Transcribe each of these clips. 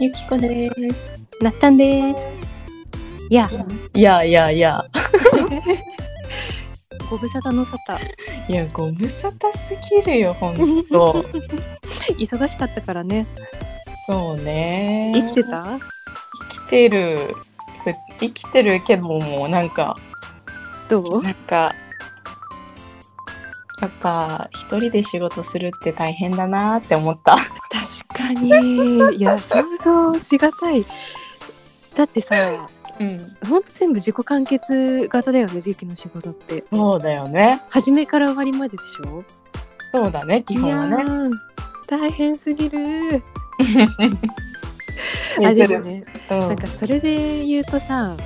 ゆきこです。なったんです。いや、いやいやいや。ご無沙汰の沙汰。いや、ご無沙汰すぎるよ、ほんと。忙しかったからね。そうね。生きてた生きてる。ふ生きてるけども、なんか、どうなんか、やっぱ、一人で仕事するって大変だなって思った。確かに。いや、想像しがたい。だってさ、うん。ほんと全部自己完結型だよね、ゆきの仕事って。そうだよね。初めから終わりまででしょそうだね、基本はいやね。ー大変すぎる。言あ、ってでるもね、うんなんかそれで言うとさ、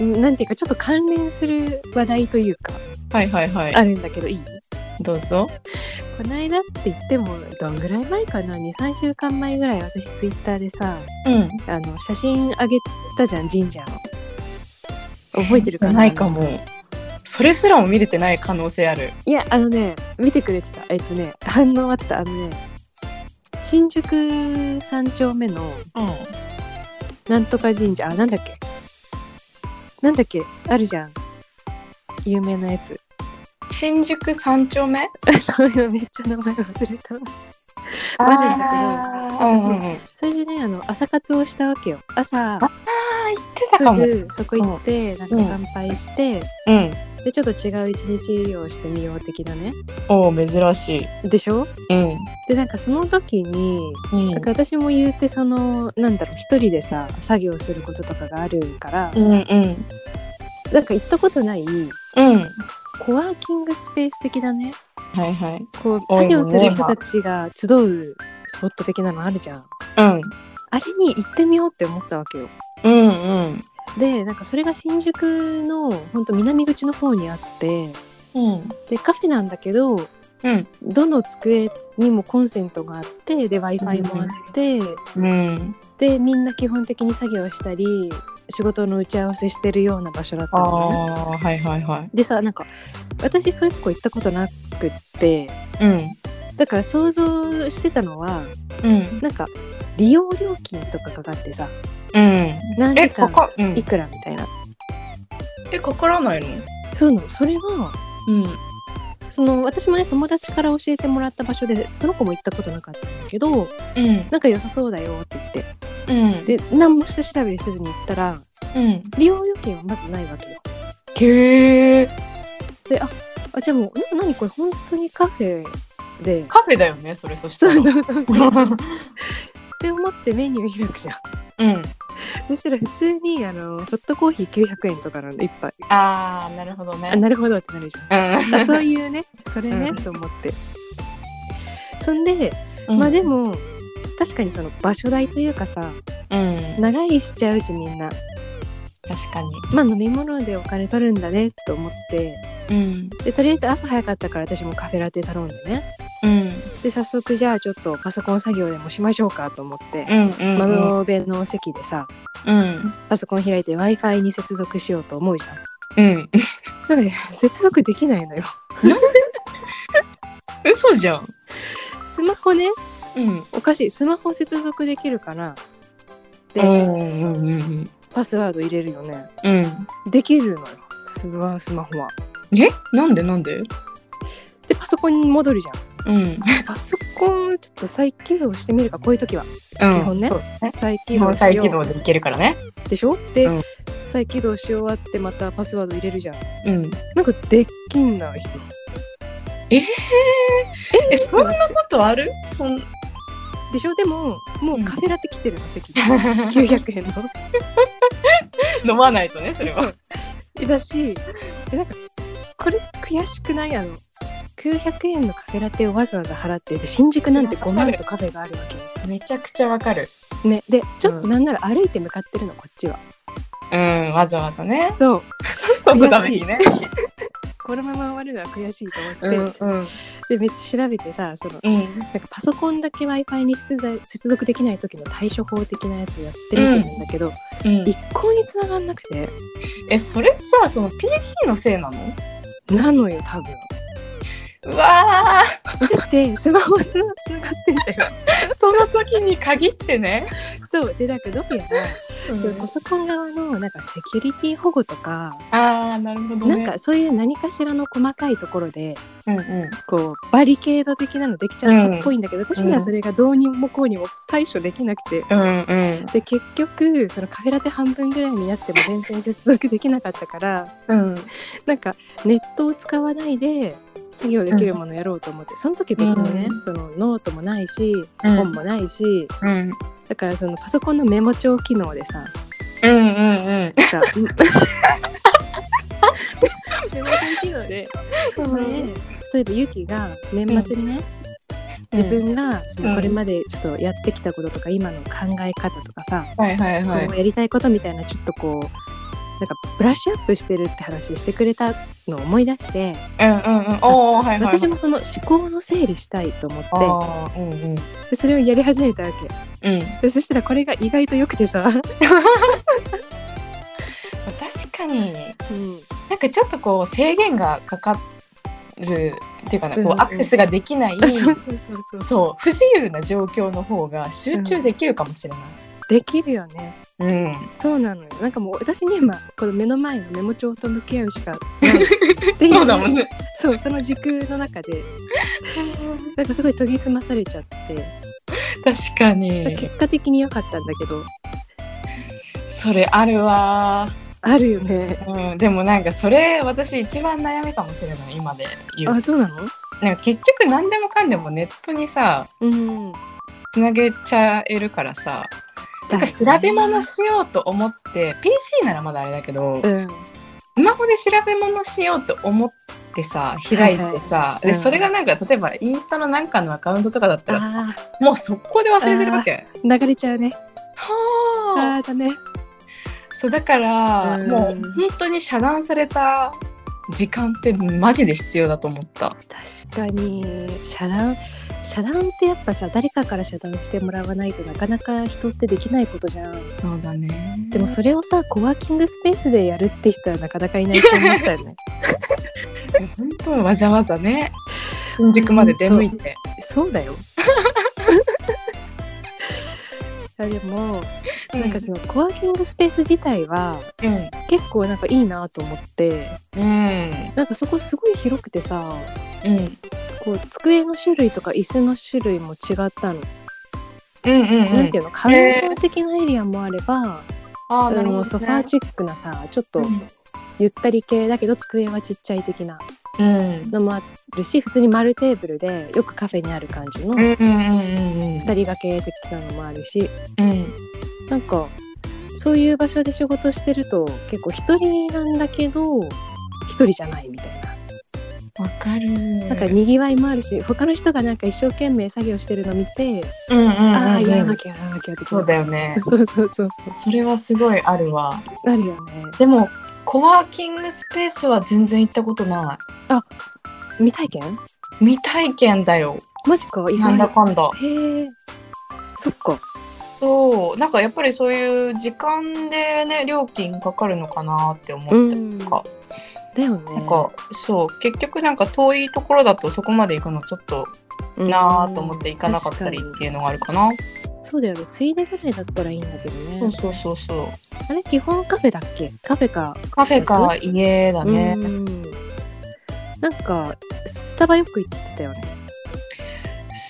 うん。なんていうかちょっと関連する話題というか、はいはいはあい。るんだけどいいどうぞ。この間って言ってもどんぐらい前かな23週間前ぐらい私ツイッターでさうん。あの写真あげたじゃん神社の覚えてるかなないかも。それすらも見れてない可能性ある。いやあのね見てくれてたえっとね反応あったあのね新宿3丁目のうん。なんとか神社あなんだっけなんだっけあるじゃん有名なやつ新宿三丁目そういうのめっちゃ名前忘れたあ悪いんだけどうんうんうん、あそれでねあの朝活をしたわけよ朝ー言ってたかも。すぐそこ行ってなんか参拝して、うん。でちょっと違う一日をしてみよう的なねおお珍しい。でしょうん。でなんかその時にうんなんか私も言うてそのなんだろう一人でさ作業することとかがあるから、うんうんなんか行ったことないうん。コワーキングスペース的だねはいはい。こう多作いよね業する人たちが集うスポット的なのあるじゃんうんあれに行ってみようって思ったわけようんうんでなんかそれが新宿のほんと南口の方にあってうんでカフェなんだけどうんどの机にもコンセントがあってで w i f i もあって、うん。でみんな基本的に作業したり仕事の打ち合わせしてるような場所だったあのね。あーはいはいはでさなんか私そういうとこ行ったことなくってい。うんだから想像してたのはうんなんか利用料金とかかかってさうん。何え時か間かうんいくらみたいなえかからないの？そうなのそれがうんその私もね友達から教えてもらった場所でその子も行ったことなかったんだけどうんなんか良さそうだよって言ってうんで何も下調べせずに行ったらうん。利用料金はまずないわけよへえ。でああじゃあもうな何これ本当にカフェでカフェだよねそれそしたそら。 うそう そうそうっうて思ってメニュー開くじゃん ん。そしたら普通にあのホットコーヒー900円とかなんで一杯ああなるほどあね。なるほどってなるじゃんあ そういうねそれね、うんと思ってそんでうんまあでも、確かにその場所代というかさうん長いしちゃうしみんな確かに。まあ飲み物でお金取るんだねと思ってうんでとりあえず朝早かったから私もカフェラテ頼んでねうんで早速じゃあちょっとパソコン作業でもしましょうかと思ってう、んうんうん。窓辺の席でさうん。パソコン開いて w i f i に接続しようと思うじゃん。うん。 なんかね接続できないのよ。 嘘じゃん。スマホねうん。おかしいスマホ接続できるかなで、うんうんうんパスワード入れるよね。うん。できるのよスマスマホは。えなんでなんででパソコンに戻るじゃん。うん。パソコンちょっと再起動してみるかこういう時はうん。基本ねそうね。再起基動本しよう再起動でいけるからね。でしょで、うん再起動し終わってまたパスワード入れるじゃん。うん。なんかできんないの。えー、え、そんなことあるそ ん。でしょでももうカフェラテ来てる の席に900円の。飲まないとね、それは。えだしえなんかこれ悔しくないあの900円のカフェラテをわざわざ払ってで新宿なんて5万とカフェがあるわけよめちゃくちゃわかる。ねでちょっとなんなら歩いて向かってるのこっちは。うん、わざわざ ね。そうそのためにね。このまま終わるのは悔しいと思って、うんうん。でめっちゃ調べてさそのうん。なんかパソコンだけ w i f i に接続接続できない時の対処法的なやつやってるみたいなんだけど、うん、一向に繋がんなくてえそれさその PC のせいなのなのよ多分。うわだってスマホと繋がってんだよ。ー その時に限ってね、そうでだけどどうやらそういうパソコン側のなんかセキュリティ保護とか、ああなるほどなねんかそういう何かしらの細かいところでうんうんこうバリケード的なのできちゃったっぽいんだけど、私にはそれがどうにもこうにも対処できなくて。うんうんで結局そのカフェラテ半分ぐらいになっても全然接続できなかったからうんなんかネットを使わないで作業できるものやろうと思って、その時別にね、うんそのノートもないし、うん本もないしうんだからそのパソコンのメモ帳機能で さうんうんさメモ帳機能で、うんでそういえばゆきが年末にね、自分がそのこれまでちょっとやってきたこととか、今の考え方とかさ、はいはいはいこうやりたいことみたいなちょっとこうなんかブラッシュアップしてるって話してくれたのを思い出して、うんうんうんおおはいはい私もその思考の整理したいと思っあーうんうんてでそれをやり始めたわけうんでそしたらこれが意外とよくて さ、確かになんかちょっとこう制限がかかるっていうかなこうんうううんアクセスができない そうそうそうそうそう不自由な状況の方が集中できるかもしれできるよねない。うんそうなのよなんかもう私に今この目の前のメモ帳と向き合うしか ないっていそうだもんね。そうその時空の中でなんかすごい研ぎ澄まされちゃって確かに結果的に良かったんだけどそれあるわ、あるよねうん、でもなんかそれ私一番悩みかもしれない今で言うあそうなのなんか結局何でもかんでもネットにさうんつなげちゃえるからさなんか調べ物しようと思って PC ならまだあれだけどうんスマホで調べ物しようと思ってさ開いてさ、いはいでうんそれがなんか例えばインスタのなんかのアカウントとかだったらさあもう速攻で忘れてるわけ。ー流れちゃうねそうああだねそうだから、うんもう本当に遮断された時間ってマジで必要だと思った。確かに遮断遮断ってやっぱさ誰かから遮断してもらわないとなかなか人ってできないことじゃんそうだね。でもそれをさコワーキングスペースでやるって人はなかなかいないと思ったよね本当わざわざね新宿まで出向いて。そ うだよあでもなんかそのコワーキングスペース自体はうん結構なんかいいなと思ってうんなんかそこすごい広くてさうんこう机の種類とか椅子の種類も違ったの、うんうんうなんんて。いうの開放的なエリアもあれば、ああーなるほどのねソファーチックなさちょっとうんゆったり系だけど机はちっちゃい的なうんのもあるし普通に丸テーブルでよくカフェにある感じのうん2うんうん人掛け的なのもあるしうんなんかそういう場所で仕事してると結構一人なんだけど一人じゃないみたいな。わかる。ななんかにぎわいもあるし他の人がなんか一生懸命作業してるの見て、うんうんうんうんああやらなきゃやらなきゃって。そうだよねそうそうそうそそれはすごいあるわ。うあるよねでもコワーキングスペースは全然行ったことな未体験い。未体験だよ。マジか意な外んだかんだ。へえそっかそうなんかやっぱりそういう時間でね料金かかるのかなって思って、うんかだよねなんかそう結局なんか遠いところだとそこまで行くのちょっとなあと思って行かなかったりうんって確かいうのがあるかな、にそうだよねついでぐらいだったらいいんだけどねそうそうそうそうあれ基本カフェだっけカフェかカフェか家だね、うんなんかスタバよく行ってたよね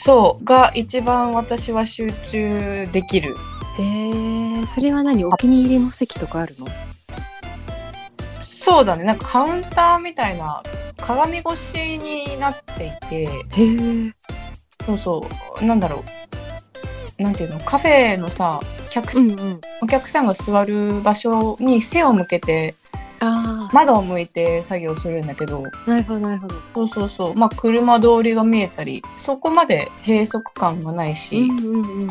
そうが一番私は集中できるへえそれは何お気に入りの席とかあるのそうだねなんかカウンターみたいな鏡越しになっていてへえそうそうなんだろうなんていうのカフェのさ客う席んうんお客さんが座る場所に背を向けてあ窓を向いて作業するんだけどあなるほどなるほどそうそうそうまあ車通りが見えたりそこまで閉塞感がないし、うんうんうん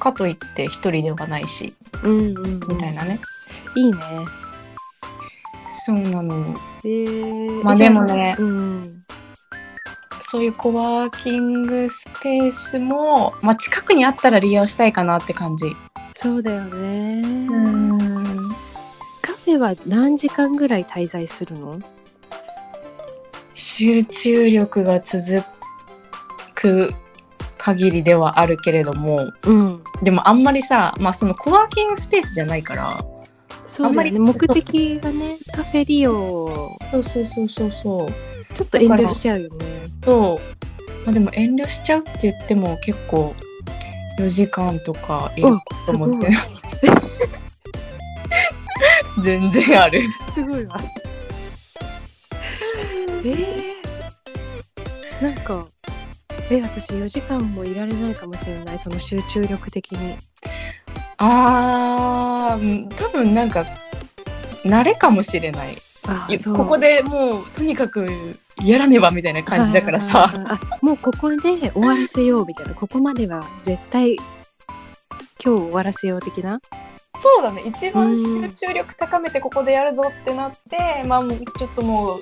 かといって一人ではないしうんうんうんみたいなね、いいねそうなのえーまあじゃでもねうんそういうコワーキングスペースも、まあ、近くにあったら利用したいかなって感じそうだよね、うんカフェは何時間ぐらい滞在するの集中力が続く限りではあるけれどもうんでもあんまりさまあそのコワーキングスペースじゃないからそうだよあねんま目り的がねカフェ利用をそうそうそうそうそうちょっと遠慮しちゃうよねそう、まあ、でも遠慮しちゃうって言っても結構4時間とかいることもすご全 全然あるすごいわ。えー、なんか、え、私4時間もいられないかもしれない、その集中力的に。あーうん多分なんか慣れかもしれないあいここでもうとにかくやらねばみたいな感じだからさ。あーあもうここで終わらせようみたいな、ここまでは絶対今日終わらせよう的な。そうだね一う番ん集中力高めてここでやるぞってなって、まあもうちょっともう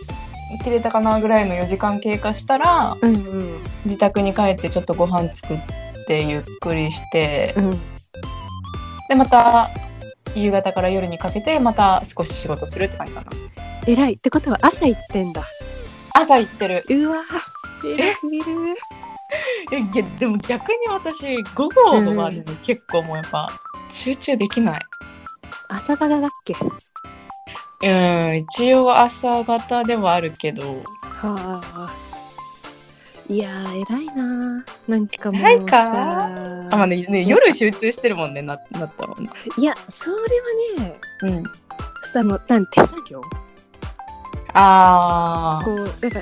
切れたかなぐらいの4時間経過したらうんうん自宅に帰ってちょっとご飯作ってゆっくりしてうん。でまた夕方から夜にかけてまた少し仕事するって感じかな偉いってことは朝行ってんだ。朝行ってるうわー偉すぎる。えげでも逆に私午後はね、結構もうやっぱ集中できない朝方だっけうん一応朝方ではあるけどはあ。いやー、偉いなー。なんかもうさ偉いかあ、まあねね夜集中してるもんねななったもんねいや、それはね、うんあの、なん手作業あこう、なんか、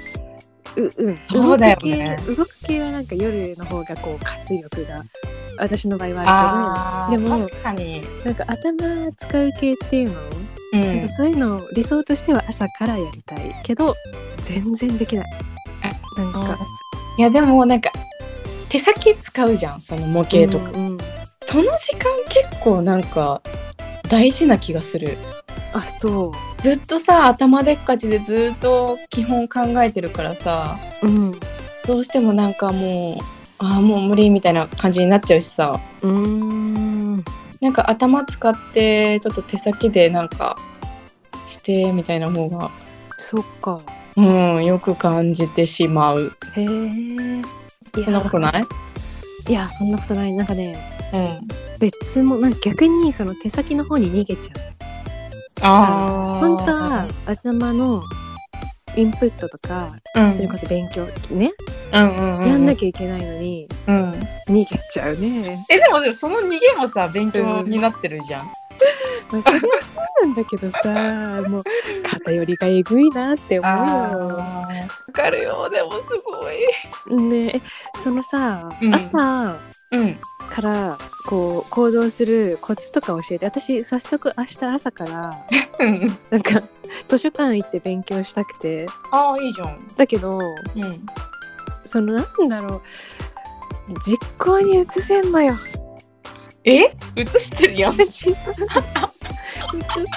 う、うん。そうだよね動く系。動く系はなんか夜の方がこう、活力が、私の場合あはああでも確かに、るけど、なんか頭使う系っていうの、うなんんか、そういうのを理想としては朝からやりたいけど、全然できない。なんか、いやでもなんか手先使うじゃんその模型とか、うんうんその時間結構なんか大事な気がするあ、そずっとさ頭でっかちでずっと基本考えてるからさう。うん。どうしてもなんかもうああもう無理みたいな感じになっちゃうしさうーん。なんか頭使ってちょっと手先でなんかしてみたいな方がそっか。うんよく感じてしまうへえ。いやそんなことないいやそんなことないなんかねうん別もなんか逆にその手先の方に逃げちゃうああ本当は頭のインプットとかうんそれこそ勉強ね、うんうんうんやんなききゃいけないのにゃ、うん、逃げちゃうね、えでもでもその逃げもさ勉強になってるじゃんまあ、それはそうなんだけど さもう偏りがえぐいなって思あーわかるよでもすごい。うよねそのさ、うん朝うん。からこう行動するコツとか教えて私早速明日朝からうん。なんか図書館行って勉強したくてああいいじゃん。だけどうん。そのなんだろう実行に移せんのよえ映してるやん。 移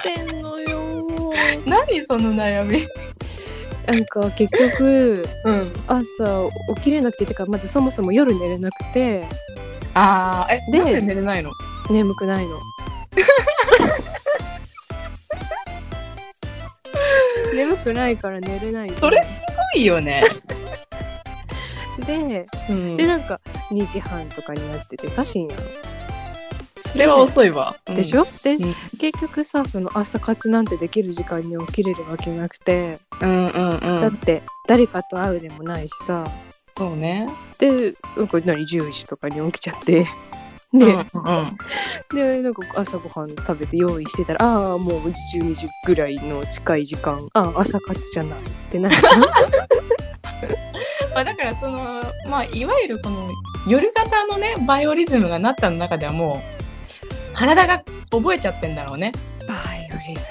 せんのよ何その悩み。なんか結局うん。朝起きれなくててかまずそもそも夜寝れなくてああえでなんで寝れないの？眠くないの眠くないから寝れないのそれすごいよね。でうんでなんか2時半とかになっててさ深夜のそれは遅いわ。でしょ、で、うん結局さその朝活なんてできる時間に起きれるわけなくて、うんうんうだっん。て誰かと会うでもないしさそうね。でなんか何10時とかに起きちゃ ってうで,、んうん。でなんか朝ごはん食べて用意してたらああもう12時ぐらいの近い時間ああ朝活じゃないっ てなるまあだからそのまあいわゆるこの夜型のねバイオリズムがなったの中ではもう体が覚えちゃってんだろうね。バイオリズ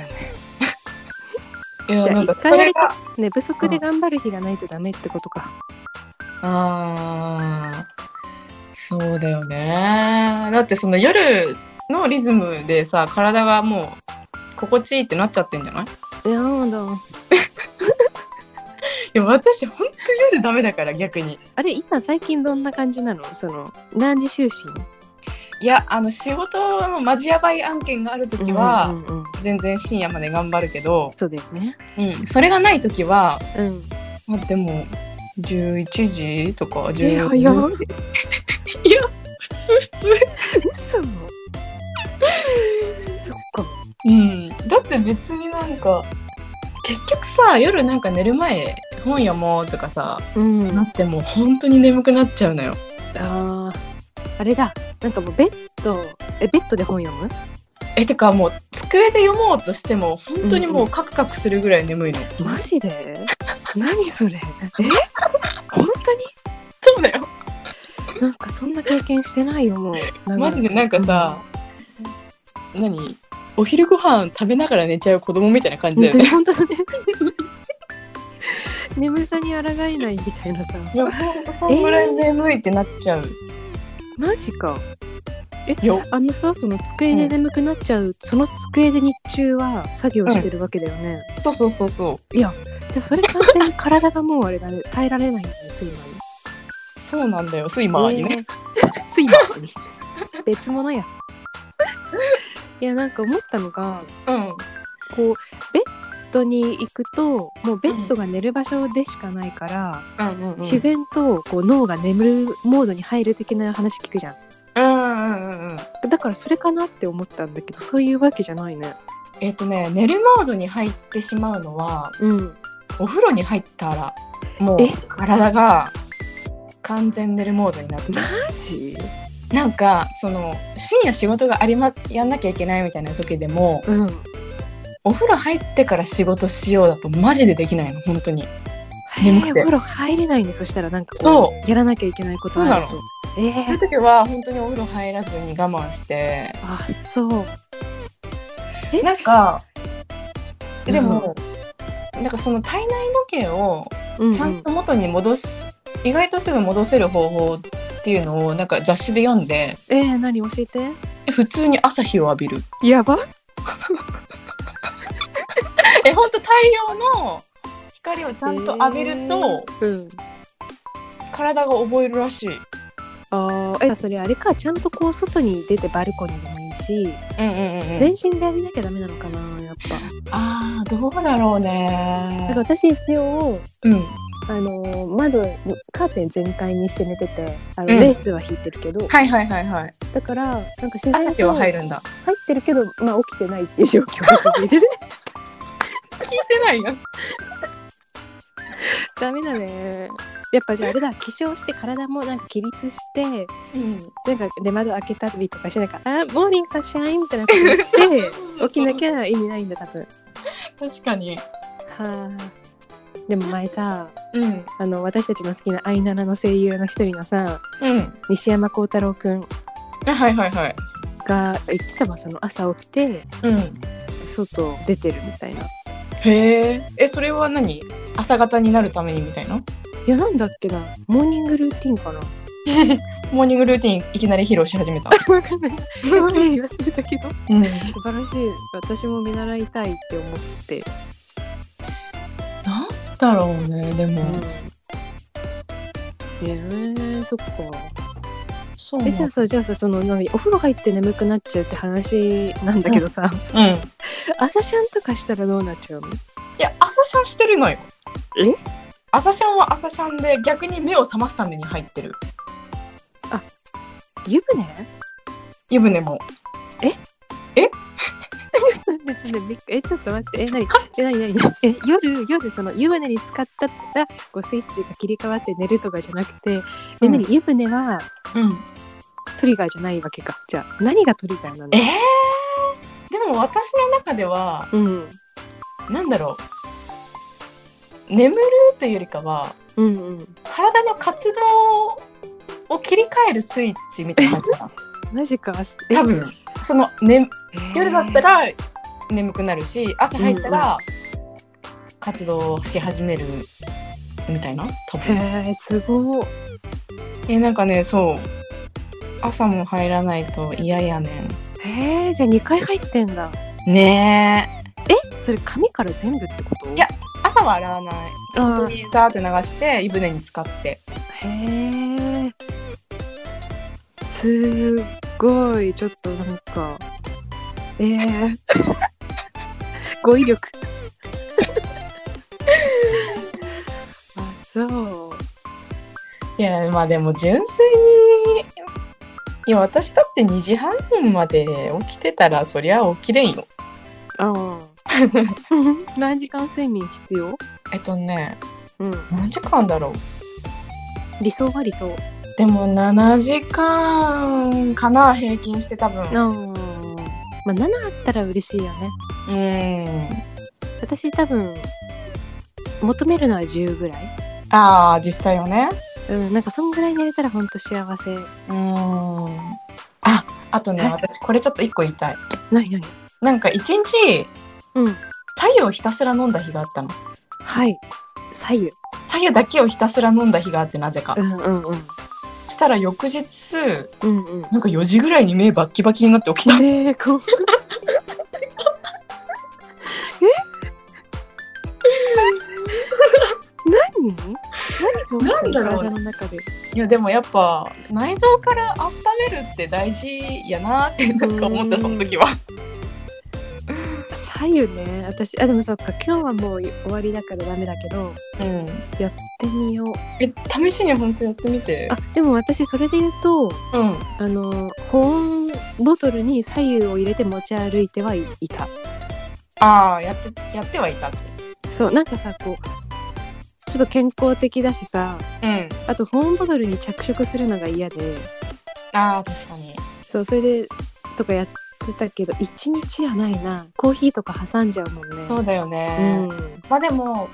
いやじゃあなんか一そ回やれりがたム寝不足で頑張る日がないとダメってことか、あーそうだよねだってその夜のリズムでさ体がもう心地いいってなっちゃってんじゃないいやだや私ほんと夜ダメだから逆にあれ今最近どんな感じなのその何時就寝いやあの仕事のマジやばい案件がある時は、うんうんうん全然深夜まで頑張るけど、そうだよねうん、それがない時はうんあでも11時とか12え時早っいや普通普通嘘そっかうんだって別になんか結局さ夜なんか寝る前本読もうとかさうんなってもう本当に眠くなっちゃうのよあーあれだなんかもうベッドえベッドで本読むえてかもう机で読もうとしても本当にもうカクカクするぐらい眠いの、マジで何それえ本そうだよ当になんかそんな経験してないよもうマジでなんかさ、何お昼ご飯食べながら寝ちゃう子供みたいな感じだ本よね当に本当だね眠さに抗えないみたいなさいやほんとそんぐらい眠いってなっちゃう、マジかよあのさその机で眠くなっちゃう、その机で日中は作業してるわけだよね、そうそうそうそじゃあそれ完全に体がもうあれだね耐えられないんだね睡魔にうそうなんだよ睡魔にね、えー。 睡魔に。別物や。いやなんか思ったのがうんこうベッドに行くともうベッドが寝る場所でしかないから、うんうんうん自然とこう脳が眠るモードに入る的な話聞くじゃんうんうんうんうんだからそれかなって思ったんだけどそういうわけじゃないねえっ、とね寝るモードに入ってしまうのはうんお風呂に入ったらもうえ体が完全寝るモードになっちゃマジうなんかその深夜仕事がありまやんなきゃいけないみたいな時でもうんお風呂入ってから仕事しようだとマジでできないの本当に眠く眠てお風呂入れないねそしたらなんかこうやらなきゃいけないことあるとえそういうー、時は本当にお風呂入らずに我慢してあそうえなんかうんでも、なんかその体内時計をうちゃんと元に戻す、意外とすぐ戻せる方法っていうのをなんか雑誌で読んでえー、何教えて普通に朝日を浴びるやば え本当太陽の光をちゃんと浴びると、えーうん、体が覚えるらしい。あーえそれあれかちゃんとこう外に出てバルコニーでもいいし、うんうんうん全身で浴びなきゃダメなのかなやっぱあーどうだろうなんねか。私一応うんあのー窓カーテン全開にして寝ててあの、うんレースは引いてるけど、はいはいはいはい。だからなんか自朝然日とは入入っるんだ。てるけどまあ起きてないっていう状況が続いてる聞いてないよ。 ダメだねやっぱじゃああれだ化粧して体もなんか起立してうん。なんかで窓開けたりとかしてなんか「あモーニングサッシャイン」みたいなこと言 って起きなきゃ意味ないんだ多分。確かに。はあ、でも前さうんあの私たちの好きな「アイナナ」の声優の一人のさうん。西山幸太郎くんあはいはいはい。が言ってたわその朝起きてうん。外出てるみたいな。へえ。えそれは何？朝方になるためにみたいな？いやなんだっけなモーニングルーティン かなモーニングルーティンいきなり披露し始めた。わかんない言われたけどうん。素晴らしい私も見習いたいって思って、なんだろうねでも。えー、そっかそうえじゃあさじゃあさその何お風呂入って眠くなっちゃうって話なんだけどさ、うん。い朝シャンとかしたらどうなっちゃうのや朝シャンしてるのよ。え？朝シャンは朝シャンで逆に目を覚ますために入ってる。湯船湯船も。 別にびっくえちょっと待ってえ何 え何何何え夜夜その湯船に使ったらこうスイッチが切り替わって寝るとかじゃなくて、え何湯船はうん。トリガーじゃないわけかじゃあ何がトリガーなんえだー、でも私の中ではうんなんだろう眠るというよりかはうんうん体の活動を切り替えるスイッチみたいな感じかなマジかす え多分その、ね、えー夜だったら眠くなるし朝入ったら活動し始めるみたいな多分へえすごいえなんかねそう朝も入らないと嫌やねえー、じゃあ2回入ってんだんねええそれ髪から全部ってこといや朝は洗わないあ本当ーにザーって流して湯船に浸かってへえすーごいちょっとなんかえー、 語彙力あそう。いやまあでも純粋にいや私だって2時半まで起きてたらそりゃ起きれんよああ。 何時間睡眠必要えっとねうん。何時間だろう理想は理想。でも7時間かな平均して多分ああ。まあ、7あったら嬉しいようね。ん私多分、求めるのは10ぐらい。ああ実際はねうん、なんかそんぐらい寝れたらほんと幸せ。うんああとねえ私これちょっと1個言いたいなになになんか1日うん。左右をひたすら飲んだ日があったのはい。左右。左右だけをひたすら飲んだ日があってなぜかうんうんうん。したら翌日うんうん。なんか4時ぐらいに目バッキバキになって起きたえー、こえ何何が起きてなるんだろう体の中で いやでもやっぱ内臓から温めるって大事やなってなんか思っうたんその時は左右ね私あでもそっか今日はもう終わりだからダメだけどうんやってみようえ試しに本当やってみてあでも私それで言うとうんあの保温ボトルに左右を入れて持ち歩いてはいいたああやってやってはいたってそうなんかさこうちょっと健康的だしさうんあと保温ボトルに着色するのが嫌でああ確かにそうそれでとかやってたけど一日やないなコーヒーとか挟んじゃうもんねそうだようね、ん、まあでも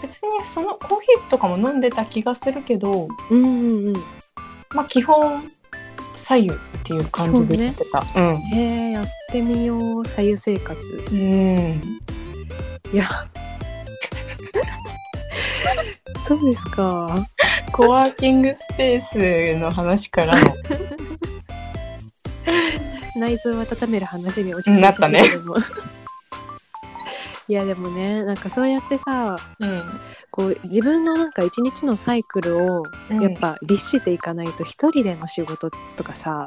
別にそのコーヒーとかも飲んでた気がするけどうんうんうんまあ基本左右っていう感じでやってた、へえやってみよう左右生活うんうんそうですかコワーキングスペースの話からの内臓を温める話に落ち着いなったねけれども いやでもねなんかそうやってさ うんこう自分のなんか一日のサイクルをうんやっぱ律していかないと一人での仕事とかさ、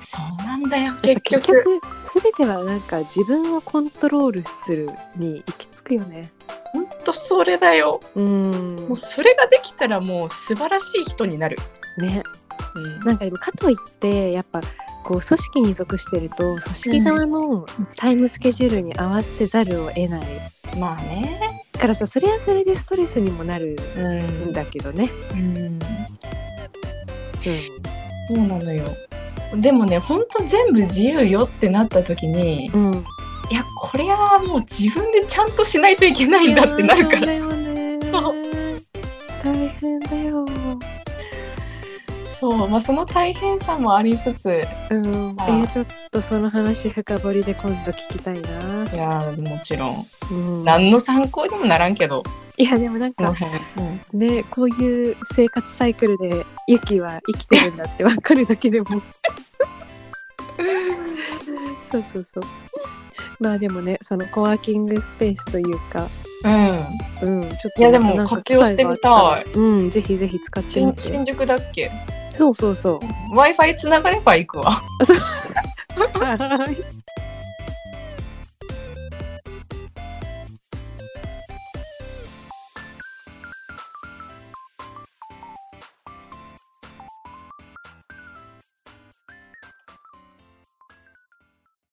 そうなんだよやっ結ぱ結局局全てはなんか自分をコントロールするに行き着くよね。本当それだようんもうそれができたらもう素晴らしい人になる。ね、うんなんかでもかといってやっぱこう組織に属してると組織側のタイムスケジュールに合わせざるを得ないまあね。からさそれはそれでストレスにもなるうんん。だけどね。うん。うそうなのよ。でもね、ほんと全部自由よってなった時に、ん、うん、いや、これはもう自分でちゃんとしないといけないんだってなるかいら。やーそうだよねそ大変だよ。そう、まあその大変さもありつつ、いうん、あえーちょっとその話深掘りで今度聞きたいな。やー、もちろん、うん、何の参考にもならんけど、いやでもなんこのか辺。うんねこういう生活サイクルでユキは生きてるんだって分かるだけで もそうそうそうまあでもねそのコワーキングスペースというかうん。うんちょっといやでもなんか活用してみたい機会があったらうんぜひぜひ使ってみ新て新宿だっけ そうそうそう ?Wi-Fi つながれば行くわ。はい